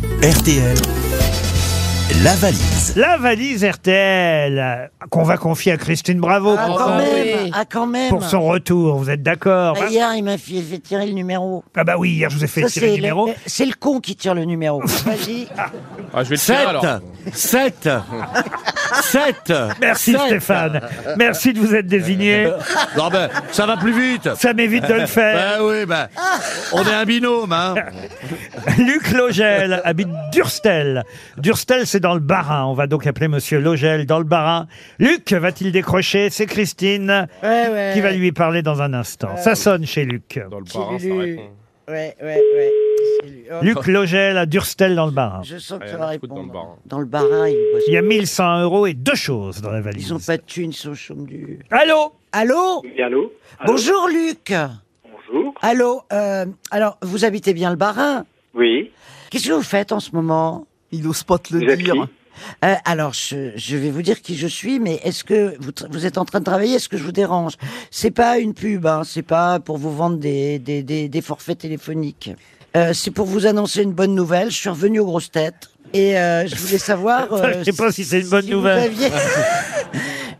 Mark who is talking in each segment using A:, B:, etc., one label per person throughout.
A: RTL, la valise.
B: La valise RTL euh, qu'on va confier à Christine Bravo
C: Ah,
B: pour-
C: quand même,
D: oui.
C: ah, quand même.
B: pour son retour. Vous êtes d'accord hein
C: Ah, Hier, il m'a fait, fait tirer le numéro.
B: Ah bah oui, hier je vous ai fait
C: Ça,
B: tirer le
C: c'est
B: numéro.
C: le- euh, C'est le con qui tire le numéro. Vas-y.
E: Ah, je vais le faire
F: 7
E: alors.
F: 7 7
B: Merci Stéphane. Merci de vous être désigné.
F: Non ben, ça va plus vite
B: Ça m'évite de le faire.
F: Ben oui, ben, on est un binôme, hein
B: Luc Logel habite Durstel. Durstel, c'est dans le Barin. On va donc appeler Monsieur Logel dans le Barin. Luc va-t-il décrocher C'est Christine
C: Ouais, ouais.
B: qui va lui parler dans un instant. Ça sonne chez Luc.
E: Dans le
C: Petit
E: barin, hein, ça
C: Lulu.
E: répond.
C: Ouais, ouais, ouais. C'est lui. Oh,
B: Luc Logel à Durstel dans le Barin.
C: Je sens que
E: Ah, il
C: ça
E: y en
C: va
E: a foutre dans le
C: répondre.
E: bar.
C: Dans le bar, hein, ils bossent.
B: Il y a 1100 euros et deux choses dans la valise.
C: Ils ont pas de thunes, ils sont chaumes du...
B: Allô
C: Allô
G: Oui, Allô
C: Bonjour, Luc.
G: Bonjour.
C: Allô, euh, alors, vous habitez bien le Barin
G: Oui.
C: Qu'est-ce que vous faites en ce moment
D: Il ose pas te
G: Vous
D: le
G: êtes qui
D: dire.
C: Euh, alors, je, je vais vous dire qui je suis, mais est-ce que vous, tra- vous êtes en train de travailler Est-ce que je vous dérange C'est pas une pub, hein, c'est pas pour vous vendre des, des, des, des forfaits téléphoniques. Euh, c'est pour vous annoncer une bonne nouvelle. Je suis revenu aux grosses têtes et euh, je voulais savoir. euh,
B: Ça, je sais pas si c'est une bonne
C: vous
B: nouvelle.
C: aviez-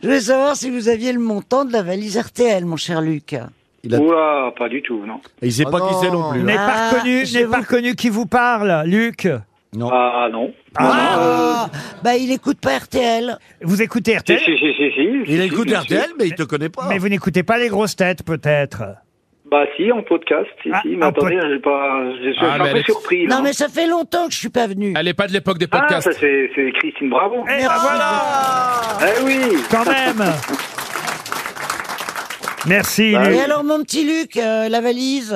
C: je voulais savoir si vous aviez le montant de la valise RTL, mon cher Luc.
F: Il a-
G: Oula, pas du tout, non.
F: Et il sait pas qui c'est non plus.
B: N'est
F: hein.
B: pas
C: Ah,
B: reconnu,
C: je
B: n'est
C: vous-
B: pas reconnu qui vous parle, Luc.
G: Ah non.
C: Ah, bah il écoute pas RTL.
B: Vous écoutez
G: Si,
B: RTL,
G: si, si, si, si.
F: Il
G: Si,
F: écoute
G: bien sûr.
F: RTL, mais il te connaît pas.
B: mais vous n'écoutez pas les grosses têtes, peut-être.
G: Bah si, en podcast, si,
B: Ah,
G: si. Mais
B: en
G: attendez, j'ai pas... je je suis
E: Ah, mais
G: un
E: elle
G: peu
E: est-
G: surpris, là.
C: Non mais ça fait longtemps que je suis pas venu.
E: Elle est pas de l'époque des
G: Ah,
E: podcasts.
G: ça c'est c'est Christine Bravo.
B: Eh ben voilà,
G: Eh oui
B: quand même. Merci,
G: Bah
B: Luc.
C: Et alors mon petit Luc, euh, la valise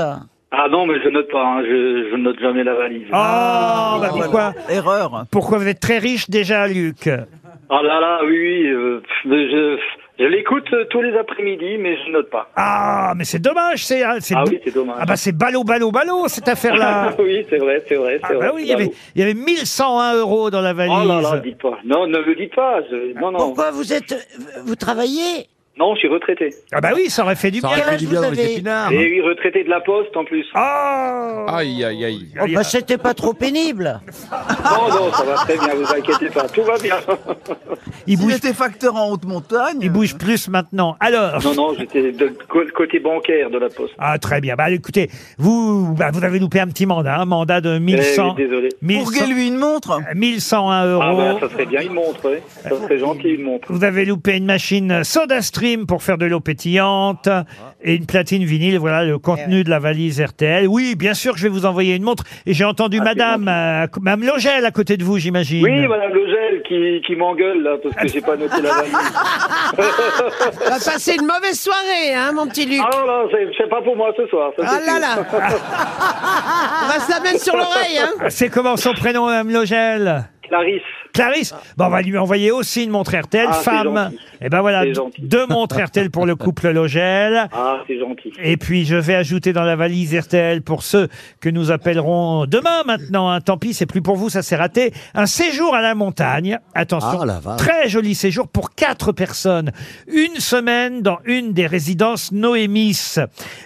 G: Ah non, mais je note pas, hein. je, je note jamais la valise.
B: Oh,
C: Ah,
B: bah pourquoi
D: Erreur.
B: Pourquoi vous êtes très riche déjà, Luc
G: Ah là là, oui, oui. euh, pff, je je l'écoute euh, tous les après-midi, mais je note pas.
B: Ah, mais c'est dommage, c'est. hein, c'est-
G: Ah oui, c'est dommage. Ah
B: Ah bah c'est ballot, ballot, ballot, cette affaire-là.
G: oui, c'est vrai, c'est vrai, c'est
B: Ah bah
G: vrai.
B: oui, il y, avait, il y avait 1101 euros dans la valise.
G: Oh là là, dites pas. Non, ne le dites pas. je- Non,
B: Ah,
G: non.
C: Pourquoi vous êtes. Vous travaillez
G: Non, je suis retraité.
B: ah bah oui, ça aurait fait du
F: Ça
B: bien.
F: aurait
C: quel
F: fait
C: âge
F: du
C: vous
F: bien dans les
C: avez
B: Ah,
F: épinards.
G: Et oui, retraité de la poste en plus.
B: Oh
E: Aïe, aïe, aïe.
C: Oh, bah, C'était pas trop pénible.
G: Non, non, ça va très bien, vous inquiétez pas, tout va bien.
B: il,
D: Il
B: bouge,
D: était facteur en haute montagne.
B: il bouge plus maintenant. Alors.
G: Non, non, j'étais de co- côté bancaire de la poste.
B: Ah, très bien. Bah, écoutez, vous, bah, vous avez loupé un petit mandat, un mandat de
G: Eh oui,
B: 1100,
G: désolé.
B: 1100
D: Bourguez-lui une montre.
B: 1101 euros.
G: Ah
H: Oh.
G: bah, ça serait bien une montre, ouais. ça serait gentil une montre.
B: Vous avez loupé une machine SodaStream pour faire de l'eau pétillante et une platine vinyle. Voilà le contenu de la valise RTL. Oui, bien sûr que je vais vous envoyer une montre. Et j'ai entendu
G: Ah, c'est
B: madame, euh, madame Logel à côté de vous, j'imagine.
G: Oui, madame Logel qui, qui m'engueule là, parce que j'ai pas noté la valise.
H: va passer une mauvaise soirée, hein, mon petit Luc.
G: Ah non, non, c'est c'est pas pour moi ce soir. ça,
H: Ah
G: c'est
H: là
G: sûr.
H: là
C: Ah.
H: On va se la mettre sur l'oreille, hein
B: C'est comment son prénom, madame Logel
G: Clarisse,
B: Clarisse, bon, on va lui envoyer aussi une montre RTL,
G: Ah, c'est
B: femme.
G: gentil.
B: Et ben voilà,
G: C'est gentil.
B: deux montres RTL pour le couple Logel.
G: ah c'est gentil.
B: Et puis je vais ajouter dans la valise RTL pour ceux que nous appellerons demain maintenant. hein. tant pis, c'est plus pour vous, ça s'est raté. Un séjour à la montagne. Attention,
F: Ah, la vache.
B: très joli séjour pour quatre personnes. Une semaine dans une des résidences Noémis.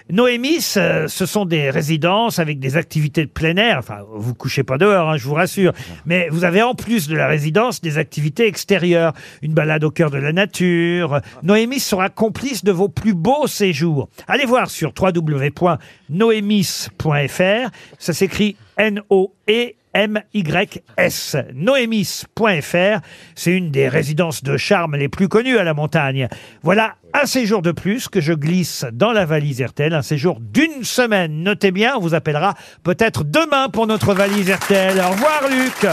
B: Noémis, euh, ce sont des résidences avec des activités de plein air. Enfin, vous couchez pas dehors, hein, je vous rassure. Mais vous avez en plus de la résidence des activités extérieures, une balade au cœur de la nature. Noémis sera complice de vos plus beaux séjours. Allez voir sur www.noémis.fr. Ça s'écrit E N-O-E. M-Y-S, noémis.fr. C'est une des résidences de charme les plus connues à la montagne. Voilà un séjour de plus que je glisse dans la valise RTL, un séjour d'une semaine. Notez bien, on vous appellera peut-être demain pour notre valise RTL. Au revoir Luc.